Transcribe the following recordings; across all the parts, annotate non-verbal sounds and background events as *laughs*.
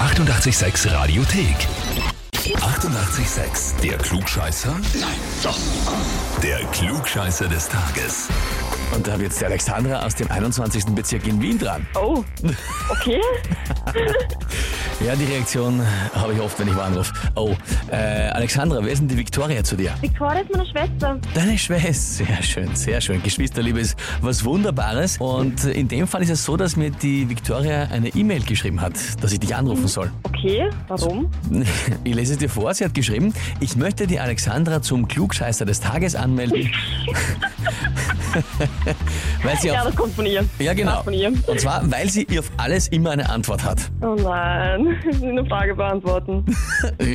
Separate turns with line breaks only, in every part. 886 Radiothek. 88,6. Der Klugscheißer? Nein, doch. Der Klugscheißer des Tages.
Und da habe jetzt die Alexandra aus dem 21. Bezirk in Wien dran.
Oh, okay.
Ja, die Reaktion habe ich oft, wenn ich anrufe. Oh, äh, Alexandra, wer ist denn die Viktoria zu dir?
Victoria ist meine Schwester.
Deine Schwester. Sehr schön, sehr schön. Geschwisterliebe ist was Wunderbares. Und in dem Fall ist es so, dass mir die Viktoria eine E-Mail geschrieben hat, dass ich dich anrufen soll.
Okay, warum?
*laughs* Ich lese es dir vor. Sie hat geschrieben, ich möchte die Alexandra zum Klugscheißer des Tages anmelden. *laughs* weil sie
Ja,
auf,
das kommt von ihr.
ja,
Das
genau.
Von ihr.
Und zwar, weil sie auf alles immer eine Antwort hat. *laughs*
Oh nein, *laughs* eine Frage beantworten.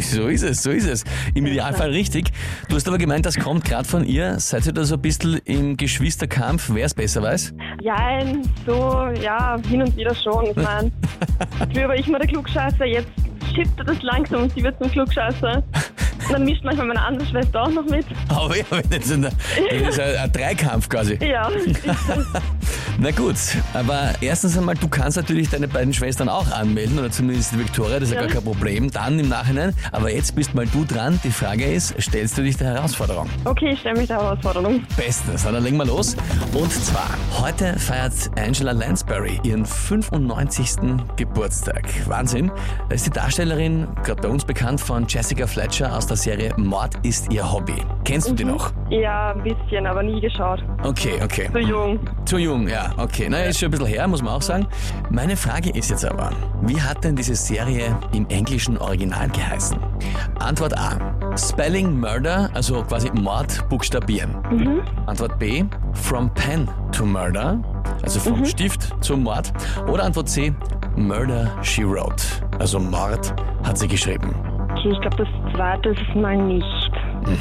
So ist es, so ist es. Im Idealfall richtig. Du hast aber gemeint, das kommt gerade von ihr. Seid ihr da so ein bisschen im Geschwisterkampf, wer es besser *laughs* weiß?
Ja, so, ja, hin und wieder schon. Ich meine, früher war ich mal der Klugscheißer, jetzt schippt das langsam und sie wird zum Klugscheißer. Und dann mischt manchmal meine andere Schwester auch noch mit.
Aber ja, wenn jetzt in der, das ist ein, ein Dreikampf quasi.
Ja,
Na gut, aber erstens einmal, du kannst natürlich deine beiden Schwestern auch anmelden, oder zumindest die Viktoria, das ist ja,
Ja.
gar kein Problem, dann im Nachhinein. Aber jetzt bist mal du dran. Die Frage ist, stellst du dich der Herausforderung?
okay, ich stelle mich der Herausforderung.
Bestens, dann legen wir los. Und zwar, heute feiert Angela Lansbury ihren 95. Geburtstag. Wahnsinn. Da ist die Darstellerin, gerade bei uns bekannt von Jessica Fletcher aus der Serie Mord ist ihr Hobby. Kennst du die noch?
Ja, ein bisschen, aber nie geschaut.
Okay, okay.
Zu jung.
Zu jung, ja, okay. Na, ist schon ein bisschen her, muss man auch sagen. Meine Frage ist jetzt aber, wie hat denn diese Serie im englischen Original geheißen? Antwort A. Spelling Murder, also quasi Mord buchstabieren. Antwort B. From Pen to Murder, also vom Stift zum Mord. Oder Antwort C. Murder She Wrote, also Mord hat sie geschrieben.
Okay, ich glaube, das zweite ist es mal nicht.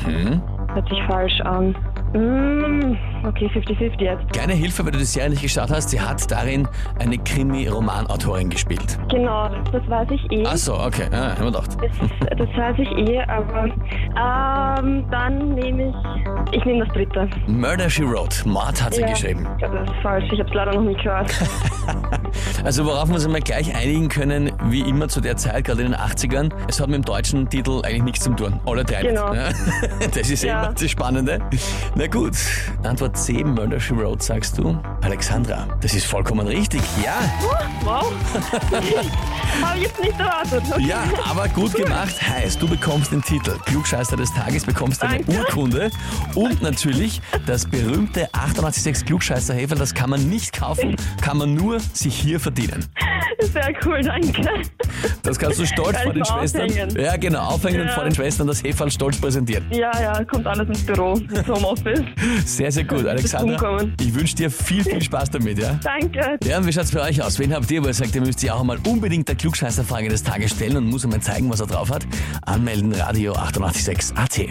Mhm.
Hört sich falsch an. Mm, okay, 50-50 jetzt.
Kleine Hilfe, weil du die Serie nicht geschaut hast, sie hat darin eine Krimi-Romanautorin gespielt.
Genau, das weiß ich eh.
Ach so, okay, ah, haben wir gedacht.
Das, das weiß ich eh, aber ähm, dann nehme ich. Ich nehme das dritte.
Murder She Wrote. Mord hat sie
Ja,
geschrieben.
Ich glaube, das ist falsch. Ich habe es leider noch
*laughs*
nicht gehört.
Also worauf wir uns einmal gleich einigen können, wie immer zu der Zeit, gerade in den 80ern, es hat mit dem deutschen Titel eigentlich nichts zu tun. Alle drei. nicht.
Genau.
Ja. *laughs* Das ist
Ja.
immer das Spannende. Na gut, Antwort C, Murder She Wrote, sagst du. Alexandra, das ist vollkommen richtig. Ja, *laughs*
Wow. habe ich jetzt nicht erwartet. Okay.
ja, aber gut gemacht. Heißt, du bekommst den Titel Klugscheißer des Tages, bekommst eine
Danke.
Urkunde und natürlich das berühmte 886 klugscheißer -Häferl, das kann man nicht
*laughs*
kaufen, kann man nur sich hier verdienen.
Sehr cool, danke.
Das
*laughs*
kannst du stolz
Kann
vor
ich
den
mal
Schwestern.
aufhängen.
Ja, genau, aufhängen und
Ja.
vor den Schwestern das Heferl stolz präsentieren.
Ja, ja, kommt alles ins Büro, ins Homeoffice.
Sehr, sehr gut, Alexandra.
Umkommen.
Ich wünsche dir viel, viel Spaß damit, ja?
Danke.
Ja, und wie schaut's bei euch aus? Wen habt ihr, wo ihr sagt, ihr müsst ihr auch einmal unbedingt der Klugscheißerfrage des Tages stellen und muss einmal zeigen, was er drauf hat? Anmelden, Radio 886 AT.